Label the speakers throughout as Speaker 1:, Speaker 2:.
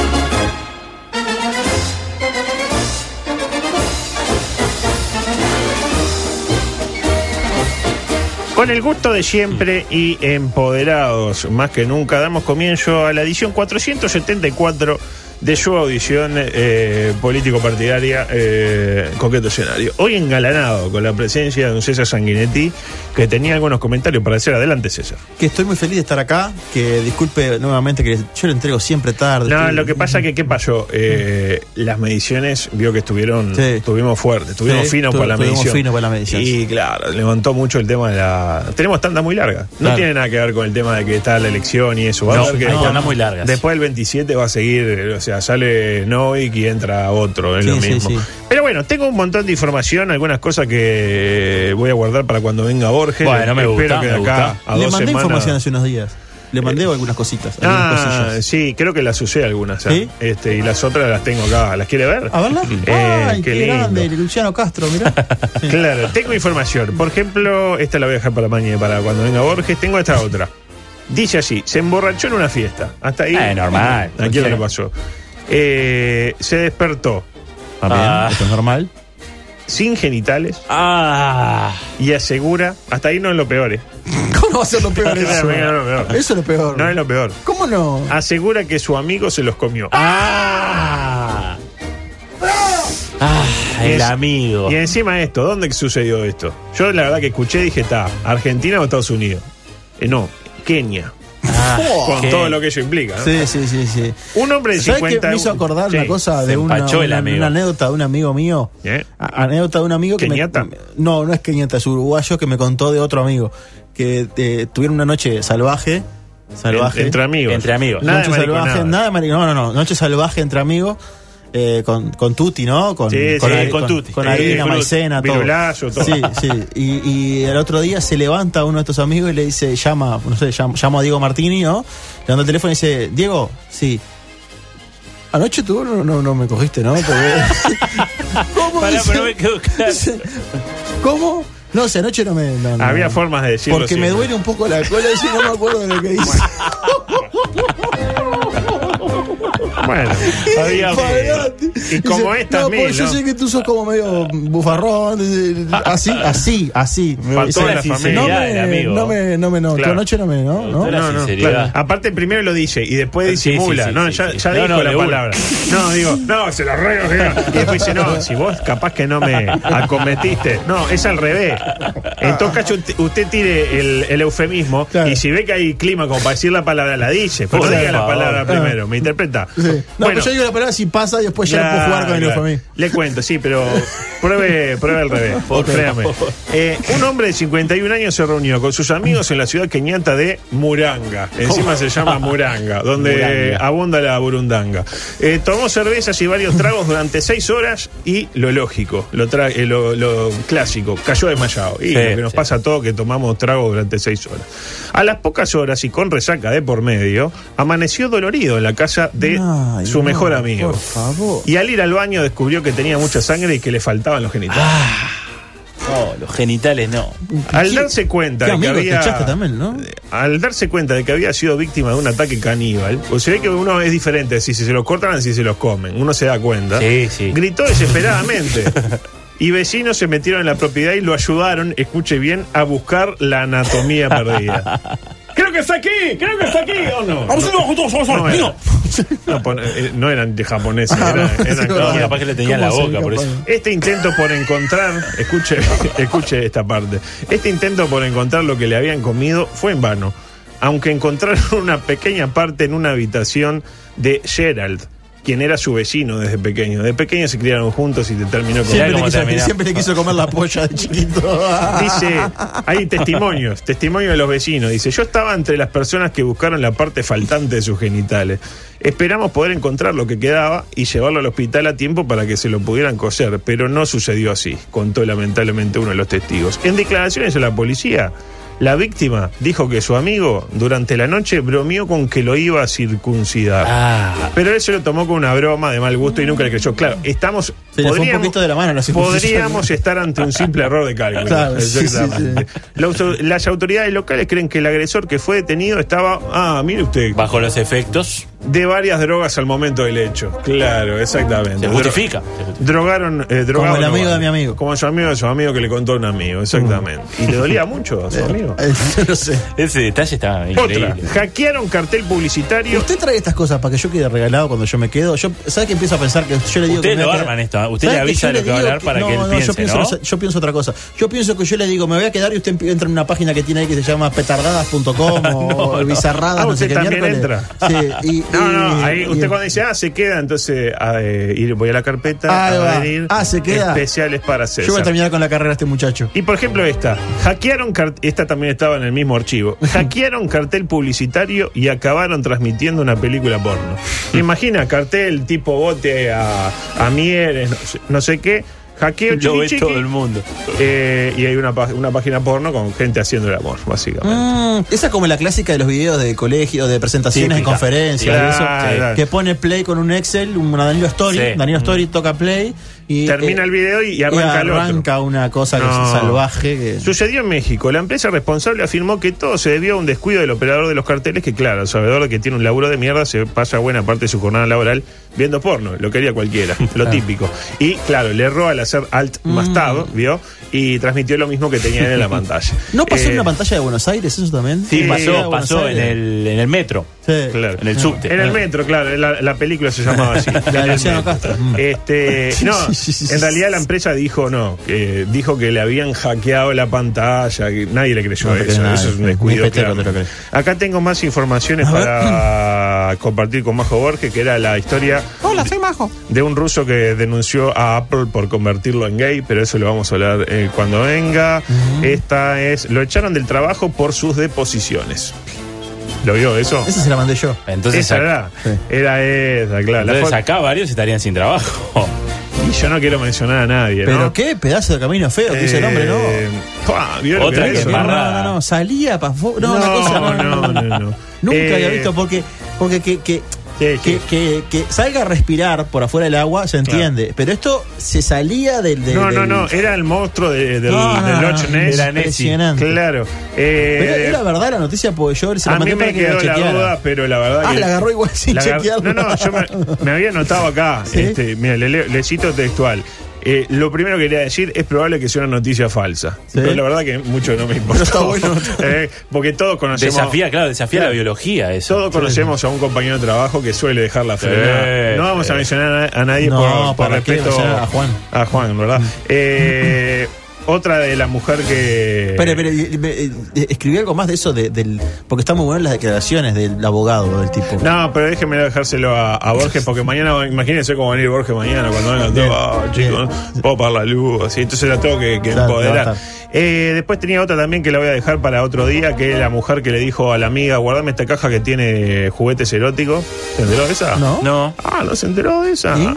Speaker 1: Con el gusto de siempre y empoderados, más que nunca, damos comienzo a la edición 474 de su audición eh, político-partidaria eh, Coqueto Escenario. Hoy engalanado con la presencia de un César Sanguinetti, que tenía algunos comentarios para hacer. Adelante, César.
Speaker 2: Que estoy muy feliz de estar acá, que disculpe nuevamente que yo lo entrego siempre tarde.
Speaker 1: No,
Speaker 2: estoy-
Speaker 1: lo que pasa que, ¿qué pasó? Eh, las mediciones, vio que estuvieron,
Speaker 2: Sí.
Speaker 1: estuvimos fuertes, estuvimos
Speaker 2: Sí,
Speaker 1: finos
Speaker 2: tu-
Speaker 1: para la
Speaker 2: estuvimos
Speaker 1: medición.
Speaker 2: finos para la medición,
Speaker 1: Y
Speaker 2: sí.
Speaker 1: claro, levantó mucho el tema de la... Tenemos tanda muy larga. No
Speaker 2: Claro.
Speaker 1: tiene nada que ver con el tema de que está la elección y eso. Va
Speaker 3: No,
Speaker 1: a ver que
Speaker 3: hay tandas muy largas.
Speaker 1: Después del 27 va a seguir, eh, o sea, sale Novik y entra otro, es
Speaker 2: Sí,
Speaker 1: lo
Speaker 2: sí,
Speaker 1: mismo.
Speaker 2: sí.
Speaker 1: Pero bueno, tengo un montón de información, algunas cosas que voy a guardar para cuando venga Borges.
Speaker 3: Bueno, me
Speaker 1: Espero
Speaker 3: gusta,
Speaker 1: que de
Speaker 3: me
Speaker 1: acá
Speaker 3: gusta.
Speaker 1: a
Speaker 2: Le
Speaker 1: dos
Speaker 2: mandé
Speaker 1: semanas- Eh,
Speaker 2: información hace unos días. Le mandé algunas cositas. algunas
Speaker 1: Ah,
Speaker 2: cosillas.
Speaker 1: sí, creo que las usé algunas. ya.
Speaker 2: ¿Sí?
Speaker 1: Este, y las otras las tengo acá. ¿Las quiere ver?
Speaker 2: ¿A verla?
Speaker 1: Eh,
Speaker 2: Ay,
Speaker 1: qué
Speaker 2: qué,
Speaker 1: lindo.
Speaker 2: grande, Luciano Castro, mirá.
Speaker 1: Claro, tengo información. Por ejemplo, esta la voy a dejar para mañana, para cuando venga Borges. Tengo esta otra. Dice así, se emborrachó en una fiesta. Hasta ahí.
Speaker 3: Eh, normal.
Speaker 1: ¿A quién le pasó? Eh, se despertó
Speaker 2: También,
Speaker 3: Ah.
Speaker 2: esto es normal.
Speaker 1: sin genitales
Speaker 3: Ah,
Speaker 1: y asegura... Hasta ahí no es lo peor, ¿eh?
Speaker 2: ¿Cómo va a ser lo peor
Speaker 1: No,
Speaker 2: eso?
Speaker 1: no, no, no, no.
Speaker 2: Eso es lo peor.
Speaker 1: No es lo Ah. peor.
Speaker 2: ¿Cómo no?
Speaker 1: Asegura que su amigo se los comió.
Speaker 3: ah, ah,
Speaker 1: Y
Speaker 3: el
Speaker 1: es-
Speaker 3: amigo.
Speaker 1: Y encima esto, ¿dónde sucedió esto? Yo la verdad que escuché y dije, está, ¿Argentina o Estados Unidos? Eh, no, Kenia.
Speaker 3: Ah,
Speaker 1: Con
Speaker 3: qué-
Speaker 1: todo lo que ello implica. ¿no?
Speaker 2: Sí, sí, sí, sí.
Speaker 1: Un hombre de
Speaker 2: ¿Sabes
Speaker 1: 50
Speaker 2: qué me hizo acordar
Speaker 1: Sí.
Speaker 2: una cosa
Speaker 3: Se
Speaker 2: de una,
Speaker 3: empachó el
Speaker 2: una-
Speaker 3: amigo.
Speaker 2: una anécdota de un amigo mío?
Speaker 1: ¿Eh?
Speaker 2: A- Anécdota de un amigo que me-
Speaker 1: ¿Keñata?
Speaker 2: no, no es Keñata, es uruguayo que me contó de otro amigo que eh, tuvieron una noche salvaje, salvaje.
Speaker 1: En- entre amigos.
Speaker 3: Entre amigos.
Speaker 1: Nada de
Speaker 2: noche salvaje,
Speaker 1: mariconadas.
Speaker 2: nada de mari- no, no, no, noche salvaje entre amigos. eh, con, con Tuti, ¿no? Con,
Speaker 1: Sí, sí,
Speaker 2: hari-
Speaker 1: con Tutti.
Speaker 2: con
Speaker 1: Eh,
Speaker 2: harina,
Speaker 1: con
Speaker 2: maicena, todo.
Speaker 1: virulazo, todo.
Speaker 2: Sí, sí. Y, y el otro día se levanta uno de estos amigos y le dice, llama, no sé, llamo, llamo a Diego Martini, ¿no? Levanta el teléfono y dice, Diego, sí. Anoche tú no, no, no me cogiste, ¿no? Porque- ¿Cómo?
Speaker 3: Pará,
Speaker 2: Dice-
Speaker 3: pero me quedo
Speaker 2: Dice, ¿Cómo? No, sé, anoche no me. no, no.
Speaker 1: Había formas de decirlo.
Speaker 2: Porque me
Speaker 1: siempre.
Speaker 2: duele un poco la cola y yo no me acuerdo de lo que hice.
Speaker 1: Bueno, había-
Speaker 2: Imparate.
Speaker 1: Y como
Speaker 2: Dice,
Speaker 1: esta,
Speaker 2: no,
Speaker 1: mil,
Speaker 2: pues yo
Speaker 1: ¿no? Ah,
Speaker 2: sé que tú sos como medio bufarrón. dice, Así, así, así.
Speaker 1: Faltó
Speaker 2: Dice,
Speaker 1: la
Speaker 2: no
Speaker 1: sinceridad
Speaker 2: me,
Speaker 3: del amigo.
Speaker 2: no me, no me, no.
Speaker 1: Claro.
Speaker 2: Tu anoche no me, no,
Speaker 3: Faltó
Speaker 2: no.
Speaker 3: la
Speaker 1: No, no,
Speaker 3: sinceridad.
Speaker 1: claro. Aparte primero lo dice y después
Speaker 3: Sí, sí,
Speaker 1: disimula.
Speaker 3: sí,
Speaker 1: no,
Speaker 3: sí,
Speaker 1: ya,
Speaker 3: sí.
Speaker 1: ya
Speaker 3: No,
Speaker 1: dijo
Speaker 3: no,
Speaker 1: la
Speaker 3: de una.
Speaker 1: palabra. No, digo, no, se lo ruego, señor. Y después dice, no, si vos capaz que no me acometiste. No, es al revés. En todo caso, usted- usted tire el, el eufemismo
Speaker 2: Claro.
Speaker 1: y si ve que hay clima como para decir la palabra, la dice. Pero no
Speaker 3: Por
Speaker 1: diga la
Speaker 3: favor.
Speaker 1: palabra primero, me interpreta.
Speaker 2: Ah. Sí. No, pero yo digo la palabra si pasa y después ya pues puedo jugar con el
Speaker 1: Claro,
Speaker 2: eufemismo.
Speaker 1: claro. Le cuento, sí, pero pruebe, pruebe al revés.
Speaker 3: Por
Speaker 1: créame.
Speaker 3: favor.
Speaker 1: Eh, un hombre de 51 años se reunió con sus amigos en la ciudad keniata de Muranga. Encima se llama Muranga, donde
Speaker 3: Muranga.
Speaker 1: abunda la burundanga. Eh, tomó cervezas y varios tragos durante seis horas y lo lógico, lo, tra- eh, lo, lo clásico, cayó desmayado. Y
Speaker 3: Sí,
Speaker 1: lo que nos
Speaker 3: sí.
Speaker 1: pasa a todos que tomamos tragos durante seis horas. A las pocas horas y con resaca de por medio, amaneció dolorido en la casa de
Speaker 2: Ay,
Speaker 1: su
Speaker 2: no,
Speaker 1: mejor amigo.
Speaker 2: Por favor.
Speaker 1: Y al ir al baño descubrió que tenía mucha sangre y que le faltaban los genitales.
Speaker 3: No, los genitales no.
Speaker 1: al
Speaker 2: Ah, ¿Qué-
Speaker 1: darse cuenta
Speaker 2: qué
Speaker 1: de que
Speaker 2: amigo te
Speaker 1: había Eh,
Speaker 2: echaste también, ¿no?
Speaker 1: al darse cuenta de que había sido víctima de un ataque caníbal, o se ve que uno es diferente si se los cortan si se los comen, uno se da cuenta.
Speaker 3: Sí, sí.
Speaker 1: Gritó desesperadamente. Y vecinos se metieron en la propiedad y lo ayudaron, escuche bien, a buscar la anatomía perdida. Creo que está aquí, creo que está aquí, ¿o no? No, era. No, pon- eh, no eran de japoneses,
Speaker 2: Ah,
Speaker 1: eran, eran-
Speaker 3: No, capaz que le tenía en la
Speaker 2: ¿Cómo se
Speaker 3: boca,
Speaker 2: ve
Speaker 3: por
Speaker 2: capaz?
Speaker 3: eso.
Speaker 1: Este intento por encontrar, escuche, escuche esta parte. Este intento por encontrar lo que le habían comido fue en vano, aunque encontraron una pequeña parte en una habitación de Gerald, quien era su vecino desde pequeño. De pequeño se criaron juntos y te terminó con
Speaker 3: Mirá
Speaker 2: Siempre,
Speaker 3: cómo
Speaker 2: le
Speaker 3: termina.
Speaker 2: quiso, siempre le quiso comer la polla de chiquito.
Speaker 1: Dice, hay testimonios, testimonios de los vecinos. Dice, yo estaba entre las personas que buscaron la parte faltante de sus genitales. Esperamos poder encontrar lo que quedaba y llevarlo al hospital a tiempo para que se lo pudieran coser, pero no sucedió así, contó lamentablemente uno de los testigos. En declaraciones a la policía, La víctima dijo que su amigo durante la noche bromeó con que lo iba a circuncidar.
Speaker 3: Ah.
Speaker 1: Pero él se lo tomó con una broma de mal gusto y nunca le creyó. Claro, estamos.
Speaker 2: Se le fue un poquito de la mano la circuncisión.
Speaker 1: podríamos estar ante un simple error de cálculo.
Speaker 2: Claro, sí,
Speaker 1: Exactamente. Los- Las autoridades locales creen que el agresor que fue detenido estaba. Ah, mire usted.
Speaker 3: Bajo los efectos.
Speaker 1: De varias drogas al momento del hecho. Claro, exactamente.
Speaker 3: Se
Speaker 1: Dro-
Speaker 3: justifica, se justifica.
Speaker 1: Drogaron. eh, drogaron
Speaker 2: el
Speaker 1: no
Speaker 2: amigo
Speaker 1: vale.
Speaker 2: de mi amigo. Mm.
Speaker 1: Como su amigo de su amigo que le contó a un amigo, exactamente. ¿Y le dolía mucho a su amigo?
Speaker 2: Eh, no sé.
Speaker 3: Ese detalle está
Speaker 1: Otra.
Speaker 3: increíble.
Speaker 1: Hackearon cartel publicitario.
Speaker 2: Usted trae estas cosas para que yo quede regalado cuando yo me quedo. Yo, ¿Sabe que empiezo a pensar que yo le digo
Speaker 3: Ustedes
Speaker 2: que me voy a
Speaker 3: lo
Speaker 2: quedar-
Speaker 3: arman esto, ¿eh? Usted
Speaker 2: ¿Sabe
Speaker 3: le avisa
Speaker 2: yo
Speaker 3: lo que va a
Speaker 2: digo
Speaker 3: hablar para que él piense,
Speaker 2: yo pienso,
Speaker 3: ¿no?
Speaker 2: yo pienso otra cosa. Yo pienso que yo le digo, me voy a quedar y usted empie- entra en una página que tiene ahí que se llama petardadas.com o bizarradas,
Speaker 1: Ah,
Speaker 2: no sé
Speaker 1: usted
Speaker 2: qué
Speaker 1: también
Speaker 2: miércoles.
Speaker 1: entra.
Speaker 2: Sí, y-
Speaker 1: No,
Speaker 2: y-
Speaker 1: no, ahí
Speaker 2: y-
Speaker 1: usted cuando dice, ah, se queda, entonces a ver, ir- voy a la carpeta,
Speaker 2: Ahí
Speaker 1: a
Speaker 2: va.
Speaker 1: venir
Speaker 2: Ah, se queda.
Speaker 1: especiales para César.
Speaker 2: Yo voy a terminar con la carrera este muchacho.
Speaker 1: Y por ejemplo esta, hackearon, car- esta también estaba en el mismo archivo, hackearon cartel publicitario y acabaron transmitiendo una película porno.
Speaker 2: Mm.
Speaker 1: Imagina, cartel tipo bote a, a Mieres, no sé, no sé qué, hackeo
Speaker 3: Lo ve
Speaker 1: chiqui, chiqui,
Speaker 3: todo el mundo.
Speaker 1: eh, y hay una, pá- una página porno con gente haciendo el amor, básicamente.
Speaker 2: Mm, esa es como la clásica de los videos de colegio, de presentaciones en
Speaker 3: Típica.
Speaker 2: conferencias,
Speaker 1: Claro,
Speaker 2: y Ah, eso, eh,
Speaker 1: claro.
Speaker 2: que pone play con un Excel, un Danilo Story,
Speaker 3: Sí. Mm.
Speaker 2: Danilo Story toca play y
Speaker 1: Termina
Speaker 2: eh,
Speaker 1: el video y,
Speaker 2: y
Speaker 1: arranca, el otro.
Speaker 2: arranca una cosa que
Speaker 1: No.
Speaker 2: es salvaje. que-
Speaker 1: Sucedió en México. La empresa responsable afirmó que todo se debió a un descuido del operador de los carteles que, claro, sabedor de que tiene un laburo de mierda, se pasa buena parte de su jornada laboral viendo porno, lo que haría cualquiera, lo típico. Y, claro, le erró al hacer alt
Speaker 2: Mm.
Speaker 1: más tab, ¿vio? Y transmitió lo mismo que tenía en la pantalla.
Speaker 2: ¿No pasó en
Speaker 1: Eh,
Speaker 2: una pantalla de Buenos Aires eso también?
Speaker 3: Sí,
Speaker 1: Sí,
Speaker 3: pasó,
Speaker 2: a Buenos
Speaker 3: pasó en
Speaker 2: Aires.
Speaker 3: el, en el metro.
Speaker 2: Sí.
Speaker 1: Claro.
Speaker 3: En el subte.
Speaker 1: En el metro, claro, la, la película se llamaba así. En el
Speaker 2: Ah. Luciano
Speaker 1: metro.
Speaker 2: Castro. Mm.
Speaker 1: Este, no,
Speaker 2: Sí, sí, sí, sí.
Speaker 1: en realidad la empresa dijo no, que dijo que le habían hackeado la pantalla, que nadie le creyó
Speaker 2: No te
Speaker 1: eso,
Speaker 2: crees nada,
Speaker 1: eso es un
Speaker 2: ni
Speaker 1: descuido.
Speaker 2: Petero te lo
Speaker 1: claro.
Speaker 2: cree.
Speaker 1: Acá tengo más informaciones
Speaker 2: A ver.
Speaker 1: para compartir con Majo Borges, que era la historia
Speaker 2: Hola, soy Majo.
Speaker 1: de un ruso que denunció a Apple por convertirlo en gay, pero eso lo vamos a hablar eh, cuando venga. Esta es, lo echaron del trabajo por sus deposiciones. ¿Lo vio eso?
Speaker 2: Esa se la mandé yo.
Speaker 3: Entonces,
Speaker 1: esa
Speaker 3: ac-
Speaker 1: era, era esa, claro. La
Speaker 3: entonces
Speaker 1: foto-
Speaker 3: acá varios estarían sin trabajo.
Speaker 1: y yo no quiero mencionar a nadie,
Speaker 2: Pero
Speaker 1: ¿no?
Speaker 2: qué pedazo de camino feo que hizo el hombre, ¿no?
Speaker 1: Eh, ¡pua! ¿Vio lo
Speaker 3: Otra
Speaker 1: que
Speaker 3: que
Speaker 1: es eso?
Speaker 2: No,
Speaker 3: embarra-
Speaker 2: no, no, no, salía para no,
Speaker 1: No,
Speaker 2: una cosa, no, no, no,
Speaker 1: no, no, no.
Speaker 2: Nunca había
Speaker 1: Eh,
Speaker 2: visto porque porque que, que,
Speaker 1: Sí,
Speaker 2: que, que- que salga a respirar por afuera del agua se entiende, pero esto se salía del, del-
Speaker 1: No, no,
Speaker 2: del- Ah,
Speaker 1: no, era el monstruo de- del,
Speaker 2: No, no,
Speaker 1: del
Speaker 2: no,
Speaker 1: Loch
Speaker 2: no,
Speaker 1: Ness.
Speaker 3: era Nessie.
Speaker 2: impresionante.
Speaker 1: Claro. Eh,
Speaker 2: Pero era verdad la noticia porque yo se la
Speaker 1: a
Speaker 2: mandé
Speaker 1: mí
Speaker 2: para
Speaker 1: me
Speaker 2: que la
Speaker 1: quedó la
Speaker 2: chequeara.
Speaker 1: duda, pero la verdad
Speaker 2: Ah,
Speaker 1: que...
Speaker 2: la agarró igual sin
Speaker 1: La gar-
Speaker 2: chequearla.
Speaker 1: No, no, yo me, me había anotado acá.
Speaker 2: ¿Sí?
Speaker 1: Este, mira, le, leo- le cito textual. Eh, lo primero que quería decir es probable que sea una noticia falsa.
Speaker 2: ¿Sí?
Speaker 1: Pero la verdad que mucho no me importa.
Speaker 2: está bueno.
Speaker 1: porque todos conocemos.
Speaker 3: Desafía, claro, desafía la biología eso.
Speaker 1: Todos conocemos a un compañero de trabajo que suele dejar la frenada.
Speaker 3: Sí,
Speaker 1: no vamos a
Speaker 3: sí.
Speaker 1: mencionar a, a nadie
Speaker 2: No,
Speaker 1: por, por
Speaker 2: ¿para qué
Speaker 1: respeto
Speaker 2: mencionar a Juan? Mm.
Speaker 1: A Juan, ¿verdad? Eh, otra de la mujer que.
Speaker 2: Pero, pero, y- y- me- eh, escribí algo más de eso, de- del, porque está muy buenas las declaraciones del abogado, del tipo.
Speaker 1: No, pero déjeme dejárselo a, a Borges, porque mañana, imagínense cómo va a venir Borges mañana, cuando venga todo,
Speaker 2: Bien,
Speaker 1: "Ah, chicos, ¿no? puedo pagar la luz, así, entonces la tengo que, que
Speaker 2: Claro,
Speaker 1: empoderar.
Speaker 2: levantar.
Speaker 1: Eh, después tenía otra también que la voy a dejar para otro día, que es la mujer que le dijo a la amiga, guardame esta caja que tiene juguetes eróticos. ¿Se enteró de esa?
Speaker 2: ¿No?
Speaker 3: No.
Speaker 1: Ah, ¿no se enteró de esa?
Speaker 2: ¿Y?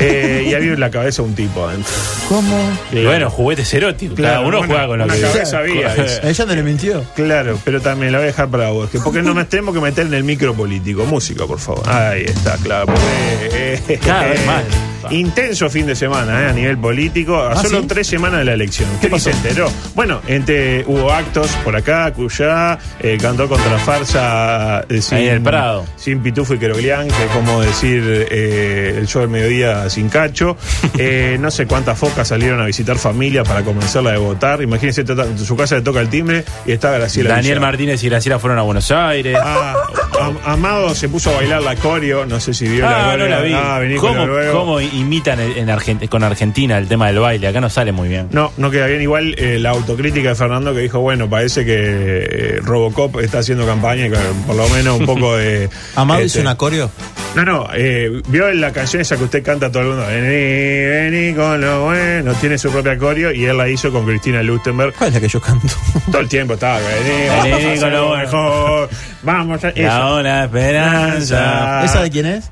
Speaker 1: Eh, y había en la cabeza un tipo ¿eh? adentro.
Speaker 2: ¿Cómo?
Speaker 3: Y bueno, juguetes eróticos.
Speaker 1: Claro,
Speaker 3: cada uno
Speaker 1: bueno,
Speaker 3: juega con lo
Speaker 1: una
Speaker 3: que
Speaker 1: cabeza vía, dice.
Speaker 2: Ella no le mintió.
Speaker 1: Claro, pero también la voy a dejar para vos. que- Porque no me tenemos que meter en el micro político. Música, por favor. Ahí está, claro. porque, eh,
Speaker 3: Cada vez más.
Speaker 1: Intenso fin de semana eh, a nivel político, a
Speaker 2: ¿Ah,
Speaker 1: solo
Speaker 2: sí?
Speaker 1: tres semanas de la elección. ¿Qué se
Speaker 2: pasó?
Speaker 1: enteró? Bueno, entre, hubo actos por acá, Cuyá, eh, cantó contra la farsa eh, sin,
Speaker 3: en el Prado.
Speaker 1: sin Pitufo y Queroglián, que es como decir eh, el show del mediodía sin cacho. Eh, no sé cuántas focas salieron a visitar familia para convencerla de votar. Imagínense, tota- en su casa le toca el timbre y está Graciela
Speaker 3: Daniel
Speaker 1: Villar.
Speaker 3: Martínez y Graciela fueron a Buenos Aires.
Speaker 1: Ah, Am- Amado se puso a bailar la coreo, no sé si vio
Speaker 3: Ah,
Speaker 1: la
Speaker 3: no
Speaker 1: coreo.
Speaker 3: la vi.
Speaker 1: Ah, vení con
Speaker 3: ¿Cómo,
Speaker 1: lo luego.
Speaker 3: cómo imitan el- en Argen- con Argentina el tema del baile? Acá no sale muy bien.
Speaker 1: No, no queda bien. Igual eh, la autocrítica de Fernando que dijo, bueno, parece que eh, Robocop está haciendo campaña y con- por lo menos un poco de...
Speaker 2: Amado
Speaker 1: este,
Speaker 2: hizo una coreo.
Speaker 1: No, no, eh, vio la canción esa que usted canta todo el mundo. Vení, vení con lo bueno. Tiene su propia coreo y él la hizo con Cristina Lustenberg.
Speaker 2: ¿Cuál es la que yo canto?
Speaker 1: Todo el tiempo estaba, vení, vamos a
Speaker 3: Vení con
Speaker 1: hacer
Speaker 3: lo
Speaker 1: lo
Speaker 3: bueno.
Speaker 1: mejor. Vamos a...
Speaker 3: La
Speaker 1: eso.
Speaker 3: hora de esperanza.
Speaker 1: Ah.
Speaker 2: ¿Esa de quién es?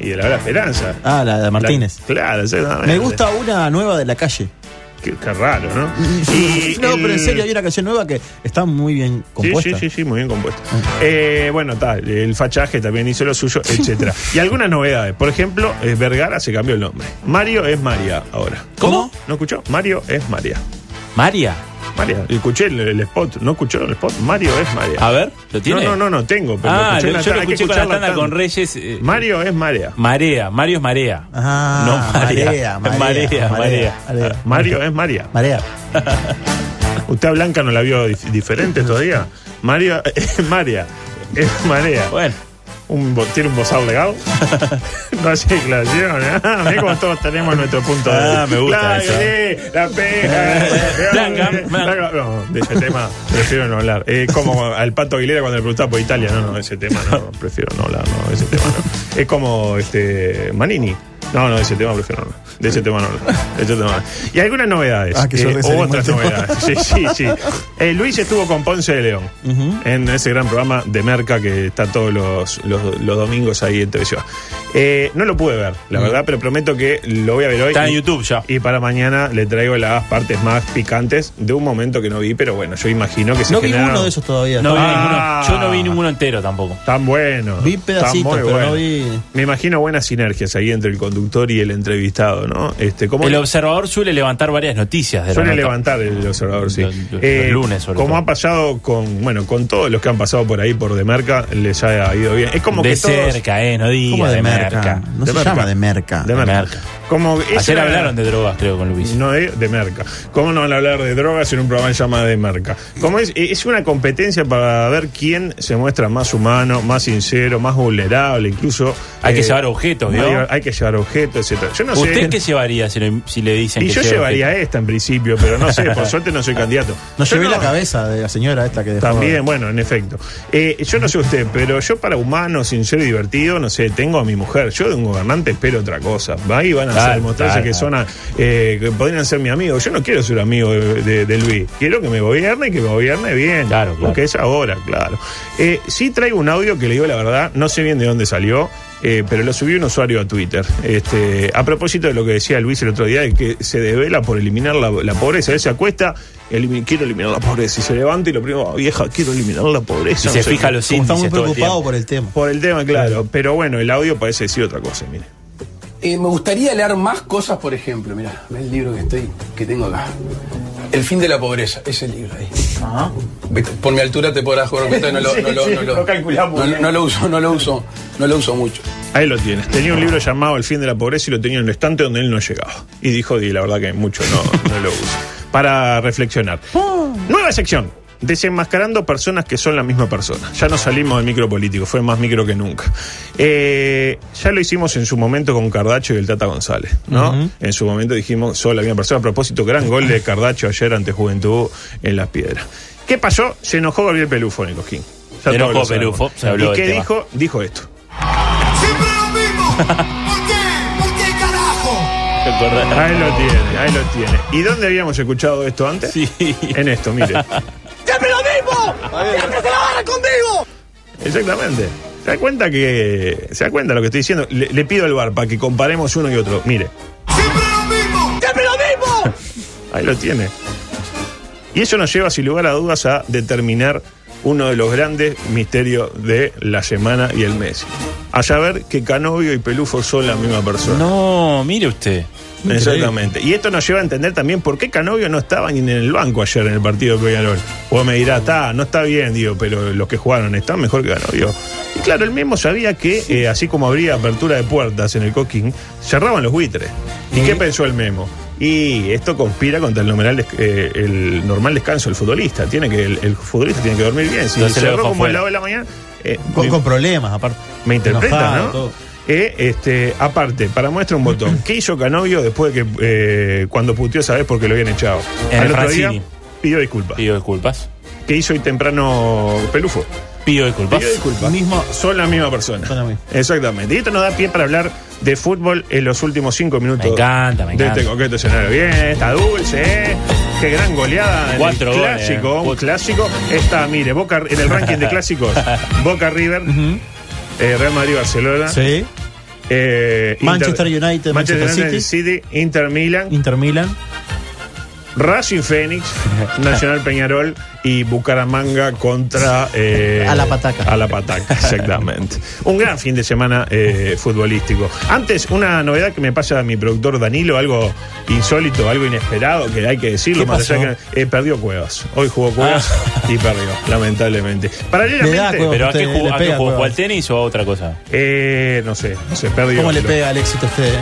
Speaker 1: Y de la hora esperanza.
Speaker 2: Ah, la de Martínez.
Speaker 1: La- claro, exactamente.
Speaker 2: Me gusta una nueva de la calle.
Speaker 1: Qué, qué raro, ¿no? Y
Speaker 2: no, pero en
Speaker 1: el-
Speaker 2: serio, hay una canción nueva que está muy bien compuesta.
Speaker 1: Sí, sí, sí, sí, muy bien compuesta. Eh, bueno, tal, el fachaje también hizo lo suyo, etcétera. y algunas novedades. Por ejemplo, eh, Vergara se cambió el nombre. Mario es María ahora.
Speaker 3: ¿Cómo?
Speaker 1: ¿No escuchó? Mario es María.
Speaker 3: María.
Speaker 1: María. Escuché el, el spot. ¿No escuchó el spot? Mario es María.
Speaker 3: A ver, ¿lo tiene?
Speaker 1: No, no, no, no tengo. Pero lo
Speaker 3: Ah,
Speaker 1: escuché
Speaker 3: lo-
Speaker 1: en la
Speaker 3: yo lo
Speaker 1: tanda, hay que
Speaker 3: escuché con la
Speaker 1: escucharla
Speaker 3: tanda
Speaker 1: tanda.
Speaker 3: con Reyes. eh,
Speaker 1: Mario es Marea.
Speaker 3: Marea, Mario es Marea.
Speaker 2: Ah,
Speaker 3: no, Marea.
Speaker 2: marea, marea,
Speaker 3: Marea,
Speaker 2: marea, marea.
Speaker 1: Ah, Mario es María.
Speaker 2: Marea.
Speaker 1: ¿Usted a Blanca no la vio dif- diferente todavía? Mario es María. Es Marea.
Speaker 3: Bueno,
Speaker 1: Un bo- ¿Tiene un bozal legal? no hace declaración. ¿eh? Mirá cómo todos tenemos nuestro punto de
Speaker 3: Ah, me gusta
Speaker 1: Claro
Speaker 3: eso.
Speaker 1: que sí, la peja.
Speaker 3: Blanca, blanca.
Speaker 1: No, de ese tema prefiero no hablar. Eh, como al Pato Aguilera cuando le preguntaba por Italia. No, no, de ese tema no. Prefiero no hablar, no, de ese tema no. Es como este Manini. No, no, de ese tema prefiero no hablar. De ese tema no hablar. De ese tema no hablar. Y algunas novedades.
Speaker 2: Ah, que
Speaker 1: eh,
Speaker 2: yo de ese
Speaker 1: o
Speaker 2: mismo
Speaker 1: otras
Speaker 2: tema.
Speaker 1: novedades. Sí, sí, sí. Eh, Luis estuvo con Ponce de León en ese gran programa de Merca que está todos los, los- los domingos ahí en Televisión. Eh, no lo pude ver, la verdad, pero prometo que lo voy a ver hoy.
Speaker 3: está
Speaker 1: Y-
Speaker 3: en YouTube ya.
Speaker 1: Y para mañana le traigo las partes más picantes de un momento que no vi, pero bueno, yo imagino que se
Speaker 2: No vi
Speaker 1: generaron-
Speaker 2: uno de esos todavía.
Speaker 3: No vi
Speaker 1: Ah.
Speaker 3: ninguno. Yo no vi ninguno entero tampoco.
Speaker 1: Tan bueno.
Speaker 2: Vi
Speaker 1: tan
Speaker 2: pedacitos,
Speaker 1: muy
Speaker 2: pero no vi-
Speaker 1: Me imagino buenas sinergias ahí entre el conductor y el entrevistado, ¿no? Este, ¿cómo
Speaker 3: El
Speaker 1: le-
Speaker 3: observador suele levantar varias noticias de la
Speaker 1: Suele
Speaker 3: nota.
Speaker 1: levantar el observador, sí. Eh,
Speaker 3: Los- los lunes, sobre
Speaker 1: Como
Speaker 3: todo.
Speaker 1: ha pasado con, bueno, con todos los que han pasado por ahí por Demerca, les ha ido bien. Es como
Speaker 3: de
Speaker 1: que todos-
Speaker 3: cerca, eh, no diga
Speaker 2: ¿Cómo
Speaker 3: de,
Speaker 2: de
Speaker 3: merca.
Speaker 2: merca? No
Speaker 1: De
Speaker 2: se
Speaker 1: merca.
Speaker 2: llama de merca.
Speaker 1: De merca.
Speaker 3: merca.
Speaker 1: Como esa-
Speaker 3: Ayer hablaron de drogas, creo, con Luis.
Speaker 1: No de, de merca. ¿Cómo no van a hablar de drogas en un programa llamado de merca? Como es, es una competencia para ver quién se muestra más humano, más sincero, más vulnerable, incluso.
Speaker 3: Hay que
Speaker 1: eh,
Speaker 3: llevar objetos, ¿vio?
Speaker 1: hay- Hay que llevar objetos, etc. Yo no sé.
Speaker 3: ¿Usted qué llevaría si, lo- si le dicen
Speaker 1: y
Speaker 3: que
Speaker 1: yo
Speaker 3: lleve
Speaker 1: llevaría eh.
Speaker 3: objetos?
Speaker 1: esta en principio, pero no sé, por suerte no soy candidato.
Speaker 2: Nos
Speaker 1: Yo
Speaker 2: llevé
Speaker 1: no-
Speaker 2: la cabeza de la señora esta que dejó-
Speaker 1: También, bueno, en efecto. Eh, yo no sé usted, pero yo para humano, sincero y divertido, no sé, tengo a mi mujer. Yo de un gobernante espero otra cosa. Ahí van a
Speaker 3: Claro,
Speaker 1: ser- demostrarse
Speaker 3: claro,
Speaker 1: que
Speaker 3: claro.
Speaker 1: son, a- eh, que podrían ser mi amigo. Yo no quiero ser amigo de, de- de Luis. Quiero que me gobierne y que me gobierne bien.
Speaker 3: Claro, claro.
Speaker 1: Porque es ahora, claro. Eh, sí traigo un audio que le digo la verdad, no sé bien de dónde salió. eh, pero lo subió un usuario a Twitter. Este, a propósito de lo que decía Luis el otro día, de que se devela por eliminar la, la pobreza. Él se acuesta, elimi- quiero eliminar la pobreza. Y se levanta y lo primero, "Ah, vieja, quiero eliminar la pobreza.
Speaker 3: Y se
Speaker 1: No sé
Speaker 3: fija
Speaker 1: qué.
Speaker 3: los
Speaker 2: Como está
Speaker 3: índices
Speaker 2: muy
Speaker 3: todo el
Speaker 2: preocupado
Speaker 3: tiempo.
Speaker 2: por el tema.
Speaker 1: Por el tema, claro. Pero bueno, el audio parece decir otra cosa, mire.
Speaker 4: Eh, me gustaría leer más cosas, por ejemplo. Mira, ve el libro que estoy, que tengo acá. El fin de la pobreza, ese libro ahí. Ve- Por mi altura te podrás jugar cuenta que no lo, no lo- no lo- no- no lo uso, no lo uso, no lo uso mucho.
Speaker 1: Ahí lo tienes. Tenía un libro llamado El fin de la pobreza y lo tenía en el estante donde él no llegaba. Y dijo, y la verdad que mucho no, no lo uso. Para reflexionar. Nueva sección. Desenmascarando personas que son la misma persona. Ya no salimos del micro político, fue más micro que nunca. Eh, ya lo hicimos en su momento con Cardacho y el Tata González, ¿no? En su momento dijimos, son la misma persona. A propósito, gran gol de Cardacho ayer ante Juventud en Las Piedras. ¿Qué pasó? Se enojó Gabriel Pelufo, Nico King.
Speaker 3: Se enojó
Speaker 1: todos lo sabemos.
Speaker 3: Pelufo, se habló
Speaker 1: ¿Y
Speaker 3: del
Speaker 1: qué
Speaker 3: tema.
Speaker 1: dijo? Dijo esto.
Speaker 5: Siempre lo mismo. ¿Por qué? ¿Por qué carajo?
Speaker 3: ¿Te acordás?
Speaker 1: Ahí lo tiene, ahí lo tiene. ¿Y dónde habíamos escuchado esto antes?
Speaker 3: Sí.
Speaker 1: En esto, mire.
Speaker 5: ¡Siempre lo mismo! ¡Siempre se la van conmigo!
Speaker 1: Exactamente. ¿Se da cuenta que.? ¿Se da cuenta lo que estoy diciendo? Le, le pido al bar para que comparemos uno y otro. Mire,
Speaker 5: ¡Siempre lo mismo! ¡Siempre lo mismo!
Speaker 1: ahí lo tiene. Y eso nos lleva sin lugar a dudas a determinar uno de los grandes misterios de la semana y el mes. A saber que Canovio y Pelufo son la misma persona.
Speaker 3: No, mire usted.
Speaker 1: Exactamente. Y esto nos lleva a entender también por qué Canovio no estaba ni en el banco ayer en el partido de Peñarol. Vos me dirás, está, no está bien, digo, pero los que jugaron están mejor que Canovio. Y claro, él mismo sabía que, eh, así como habría apertura de puertas en el Coquín, cerraban los buitres. ¿Y qué pensó el memo? Y esto conspira contra el, normal des- eh, el normal descanso del futbolista. Tiene que, el, el futbolista tiene que dormir bien. Si
Speaker 3: No se le
Speaker 1: cerró
Speaker 3: dejó
Speaker 1: como
Speaker 3: fuera.
Speaker 1: el lado de la mañana. eh,
Speaker 2: Con,
Speaker 1: me-
Speaker 2: con problemas, aparte.
Speaker 1: me interpreta,
Speaker 2: Enojado,
Speaker 1: ¿no?
Speaker 2: todo.
Speaker 1: Eh, este, aparte, para muestra un botón, ¿qué hizo Canovio después de que eh, cuando puteó sabes porque lo habían echado?
Speaker 3: En
Speaker 1: Al
Speaker 3: el
Speaker 1: otro día
Speaker 3: Francini.
Speaker 1: pidió disculpas.
Speaker 3: Pido disculpas.
Speaker 1: ¿Qué hizo hoy temprano Pelufo?
Speaker 3: Pido disculpas.
Speaker 1: Pidió disculpas.
Speaker 2: Mismo-
Speaker 1: Son la misma persona.
Speaker 2: Son la misma.
Speaker 1: Exactamente. Y esto nos da pie para hablar de fútbol en los últimos cinco minutos.
Speaker 3: Me encanta, me
Speaker 1: De
Speaker 3: encanta.
Speaker 1: este coqueto escenario. Bien, está dulce, ¿eh? Qué gran goleada. en el
Speaker 3: Cuatro goles,
Speaker 1: clásico,
Speaker 3: eh.
Speaker 1: un clásico. Está, mire, Boca en el ranking de clásicos. Boca River, eh, Real Madrid Barcelona.
Speaker 2: Sí.
Speaker 1: Eh,
Speaker 2: Manchester United, Manchester
Speaker 1: Manchester United City, Inter Milan,
Speaker 2: Inter Milan.
Speaker 1: Racing Fénix, Nacional Peñarol y Bucaramanga contra. eh,
Speaker 2: A la pataca.
Speaker 1: A la pataca, exactamente. Un gran fin de semana eh, futbolístico. Antes, una novedad que me pasa a mi productor Danilo, algo insólito, algo inesperado, que hay que decirlo.
Speaker 2: ¿Qué
Speaker 1: más allá
Speaker 2: pasó? Ah.
Speaker 1: que- eh, perdió Cuevas. Hoy jugó Cuevas y perdió, lamentablemente. Paralelamente.
Speaker 2: Le da a Cuevas.
Speaker 3: ¿Pero a qué
Speaker 2: Usted le
Speaker 3: jugó? ¿A qué
Speaker 2: pega,
Speaker 3: jugó? ¿Jugó
Speaker 2: Cuevas.
Speaker 3: al tenis o a otra cosa?
Speaker 1: Eh, no sé, no sé, perdió.
Speaker 2: ¿Cómo le
Speaker 1: Lo-
Speaker 2: pega al éxito a usted? eh?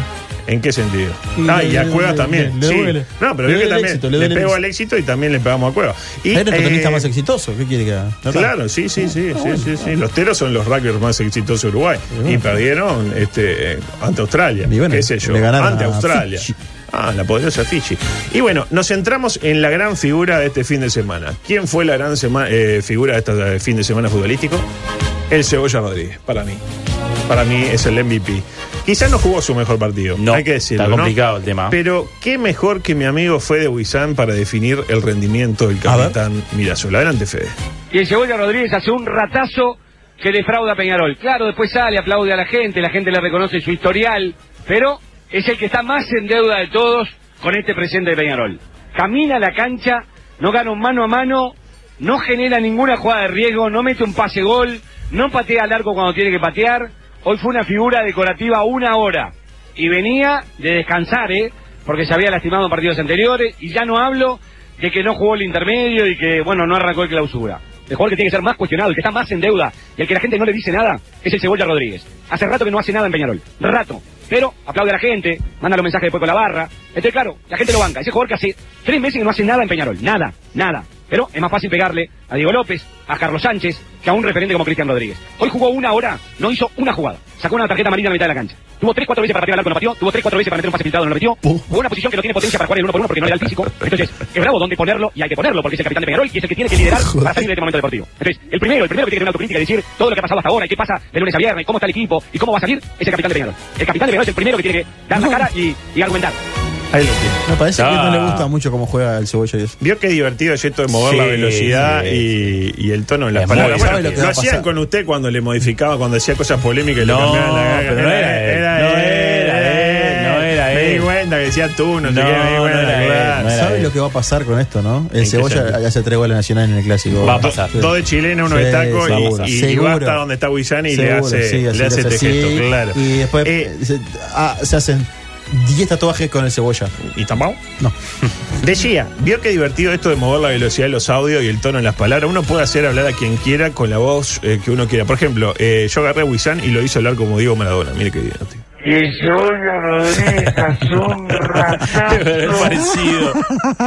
Speaker 1: ¿En qué sentido?
Speaker 2: Y
Speaker 1: Ah,
Speaker 2: le-
Speaker 1: y a
Speaker 2: le-
Speaker 1: Cuevas
Speaker 2: le-
Speaker 1: también.
Speaker 2: le
Speaker 1: sí.
Speaker 2: duele.
Speaker 1: No, pero
Speaker 2: Le
Speaker 1: vio que
Speaker 2: duele el
Speaker 1: también
Speaker 2: éxito, le
Speaker 1: le,
Speaker 2: duele el
Speaker 1: pego
Speaker 2: éxito.
Speaker 1: al éxito y también le pegamos a Cuevas. Y,
Speaker 2: Es el protagonista
Speaker 1: eh,
Speaker 2: más exitoso. ¿Qué quiere que haga? No, Ah,
Speaker 1: Claro, sí, sí, sí, sí, sí, sí. Los teros son los rugbyers más exitosos de Uruguay. Y perdieron este, eh, ante Australia.
Speaker 2: Y bueno,
Speaker 1: qué sé yo,
Speaker 2: le ganaron
Speaker 1: ante
Speaker 2: a
Speaker 1: Australia.
Speaker 2: Fiji.
Speaker 1: Ah, la poderosa Fiji. Y bueno, nos centramos en la gran figura de este fin de semana. ¿Quién fue la gran sema- eh, figura de este eh, fin de semana futbolístico? El Cebolla Rodríguez, para mí. Para mí es el MVP. Quizás no jugó su mejor partido.
Speaker 3: No,
Speaker 1: hay que decirlo.
Speaker 3: está
Speaker 1: ¿no?
Speaker 3: complicado el tema.
Speaker 1: Pero qué mejor que mi amigo Fede Huizán para definir el rendimiento del
Speaker 2: A ver.
Speaker 1: capitán Mirasol. Adelante, Fede.
Speaker 6: Y el Cebolla Rodríguez hace un ratazo que defrauda a Peñarol. Claro, después sale, aplaude a la gente, la gente le reconoce su historial, pero es el que está más en deuda de todos con este presente de Peñarol. Camina la cancha, no gana un mano a mano, no genera ninguna jugada de riesgo, no mete un pase gol, no patea al arco cuando tiene que patear. Hoy fue una figura decorativa una hora y venía de descansar, ¿eh? porque se había lastimado en partidos anteriores, y ya no hablo de que no jugó el intermedio y que, bueno, no arrancó el clausura. El jugador que tiene que ser más cuestionado, el que está más en deuda y el que la gente no le dice nada, es el Cebolla Rodríguez. Hace rato que no hace nada en Peñarol, rato. Pero aplaude a la gente, manda los mensajes después con la barra. Entonces, claro, la gente lo banca. Ese jugador que hace tres meses que no hace nada en Peñarol, nada, nada. Pero es más fácil pegarle a Diego López, a Carlos Sánchez, que a un referente como Cristian Rodríguez. Hoy jugó una hora, no hizo una jugada. Sacó una tarjeta amarilla en la mitad de la cancha. Tuvo tres, cuatro veces para patear al arco, no pateó. Tuvo tres, cuatro veces para meter un pase filtrado, no lo metió. Jugó una posición que no tiene potencia para jugar el uno por uno porque no le da el físico. Entonces, es bravo donde ponerlo y hay que ponerlo porque es el capitán de Peñarol y es el que tiene que liderar para salir de este momento deportivo. Entonces, el primero, el primero que tiene que tener una autocrítica y decir todo lo que ha pasado hasta ahora y qué pasa de lunes a viernes y cómo está el equipo y cómo va a salir, es el capitán de Peñarol. El capitán de Peñarol es el primero que tiene que dar la cara y, y argumentar.
Speaker 1: Ahí lo tiene.
Speaker 2: Me parece que no
Speaker 3: Ah.
Speaker 2: le gusta mucho cómo juega el cebolla. y eso.
Speaker 1: Vio qué divertido es esto de mover
Speaker 3: Sí,
Speaker 1: la velocidad y, y el tono de las
Speaker 3: Es muy
Speaker 1: palabras.
Speaker 3: bueno.
Speaker 1: Bueno,
Speaker 2: Sabe lo que
Speaker 1: lo
Speaker 2: va a
Speaker 1: hacían
Speaker 2: pasar.
Speaker 1: con usted cuando le modificaba, cuando hacía cosas polémicas y le
Speaker 3: No,
Speaker 1: cambiaban la gaga.
Speaker 3: pero no era él. No era él, no era
Speaker 1: Me di
Speaker 3: él.
Speaker 1: cuenta que decía tú, no, sé
Speaker 3: No,
Speaker 1: qué, me di
Speaker 3: no
Speaker 1: cuenta.
Speaker 3: era él,
Speaker 1: claro.
Speaker 3: no era
Speaker 2: ¿Sabe
Speaker 3: él.
Speaker 2: lo que va a pasar con esto, no? El
Speaker 1: qué
Speaker 2: cebolla
Speaker 1: sentido?
Speaker 2: hace tres goles nacionales en el clásico.
Speaker 3: Va a pasar.
Speaker 2: Sí.
Speaker 1: Dos de chilena, uno de
Speaker 2: Sí,
Speaker 1: taco
Speaker 2: seguro.
Speaker 1: y, y- y
Speaker 2: Seguro.
Speaker 1: va hasta donde está Guisani y le
Speaker 2: Seguro,
Speaker 1: hace,
Speaker 2: sí, así
Speaker 1: le hace
Speaker 2: lo
Speaker 1: este
Speaker 2: así.
Speaker 1: gesto, claro.
Speaker 2: Y después
Speaker 1: Eh,
Speaker 2: se, ah, se hacen 10 tatuajes con el cebolla.
Speaker 1: ¿Y tampoco?
Speaker 2: No.
Speaker 1: Decía, vio qué divertido esto de mover la velocidad de los audios y el tono en las palabras. Uno puede hacer hablar a quien quiera con la voz eh, que uno quiera. Por ejemplo, eh, yo agarré a Wisan y lo hice hablar como Diego Maradona. Mire qué divertido.
Speaker 7: Y el Cebolla Rodríguez hace un
Speaker 3: Es
Speaker 7: ratazo
Speaker 3: parecido.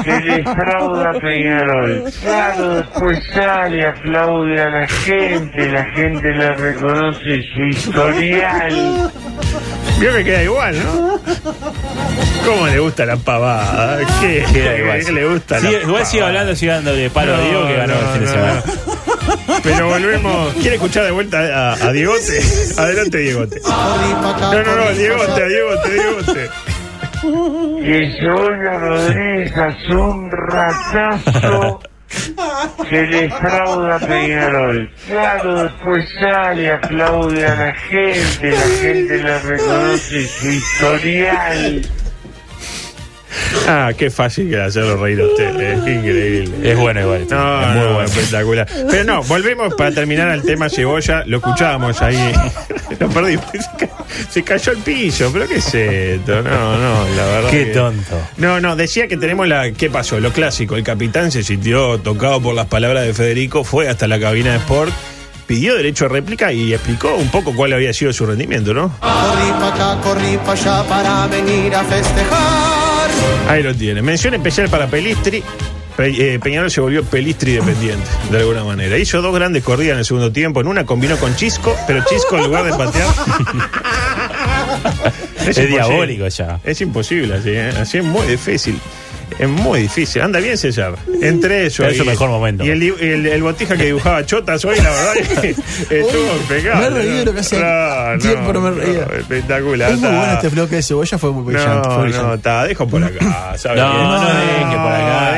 Speaker 7: que defrauda a Peñarol. Claro, después sale, aplaude a la gente, la gente le reconoce su historial.
Speaker 1: Vio que queda igual, ¿no? ¿Cómo le gusta la pavada? ¿Qué,
Speaker 3: Queda igual.
Speaker 1: qué le gusta?
Speaker 3: Sigue-
Speaker 1: la
Speaker 3: igual sigue
Speaker 1: pavada?
Speaker 3: hablando, sigue dándole palo a Diego que ganó
Speaker 1: No,
Speaker 3: el fin de
Speaker 1: no,
Speaker 3: semana.
Speaker 1: no. Pero volvemos. ¿Quiere escuchar de vuelta a, a Diegote? Adelante, Diegote. No, no, no, Diegote, a Diegote, Diegote.
Speaker 7: Y el Cebolla Rodríguez hace un ratazo que defrauda a Peñarol. Claro, después sale, aplaude a la gente, la gente le reconoce su historial.
Speaker 1: Ah, qué fácil que hacerlo reír a usted. Es increíble.
Speaker 3: Es bueno igual. este.
Speaker 1: No,
Speaker 3: es muy
Speaker 1: no,
Speaker 3: bueno.
Speaker 1: espectacular. Pero no, volvemos para terminar al tema cebolla. Lo escuchábamos ahí. Lo perdimos. Se, ca- se cayó el piso. ¿Pero qué es esto? No, no, la verdad.
Speaker 3: Qué
Speaker 1: que-
Speaker 3: tonto.
Speaker 1: No, no, decía que tenemos la. ¿Qué pasó? Lo clásico. El capitán se sintió tocado por las palabras de Federico, fue hasta la cabina de Sport, pidió derecho a réplica y explicó un poco cuál había sido su rendimiento, ¿no?
Speaker 8: Corrí pa' acá, corrí pa' allá para venir a festejar.
Speaker 1: Ahí lo tiene. Mención especial para Pelistri. Pe- eh, Peñarol se volvió pelistri dependiente, de alguna manera. Hizo dos grandes corridas en el segundo tiempo. En una combinó con Chisco, pero Chisco en lugar de patear.
Speaker 3: Es
Speaker 1: imposible.
Speaker 3: diabólico ya.
Speaker 1: Es imposible así, ¿eh? Así es muy difícil. Es muy difícil. Anda bien, César. Entre eso.
Speaker 3: Pero es
Speaker 1: y-
Speaker 3: su mejor momento.
Speaker 1: Y el, di- el- el botija que dibujaba chotas hoy, la verdad, que estuvo impecable.
Speaker 2: me he reído
Speaker 1: ¿no?
Speaker 2: lo que hace
Speaker 1: No, no,
Speaker 2: tiempo no me reía.
Speaker 1: espectacular.
Speaker 2: Es muy
Speaker 1: está.
Speaker 2: bueno este bloque de cebolla, fue muy brillante. fue
Speaker 1: No, no,
Speaker 2: brillante.
Speaker 1: está, dejo por acá.
Speaker 3: No,
Speaker 1: ¿sabe qué?
Speaker 3: no, deje por
Speaker 1: dejo por
Speaker 3: acá.
Speaker 1: acá.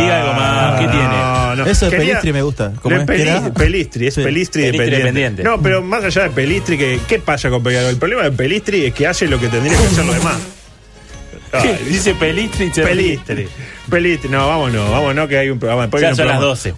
Speaker 3: Diga algo más. ¿Qué
Speaker 1: No,
Speaker 3: tiene?
Speaker 1: no, no.
Speaker 2: Eso de
Speaker 1: Quería-
Speaker 2: Pelistri me gusta. ¿Cómo
Speaker 1: No,
Speaker 2: es?
Speaker 1: Peli-
Speaker 2: ¿Qué era?
Speaker 1: Pelistri, es
Speaker 2: Sí.
Speaker 1: Pelistri,
Speaker 3: Pelistri
Speaker 1: dependiente.
Speaker 3: dependiente.
Speaker 1: No, pero más allá de Pelistri, que, ¿qué pasa con Peñarol? El problema de Pelistri es que hace lo que tendría que hacer los demás. Ay,
Speaker 3: Dice Pelistri y se ríe.
Speaker 1: Pelistri. Pelit, no, vámonos, vámonos, que hay un programa. después
Speaker 3: Ya
Speaker 1: viene un
Speaker 3: son las
Speaker 1: programa.
Speaker 3: 12.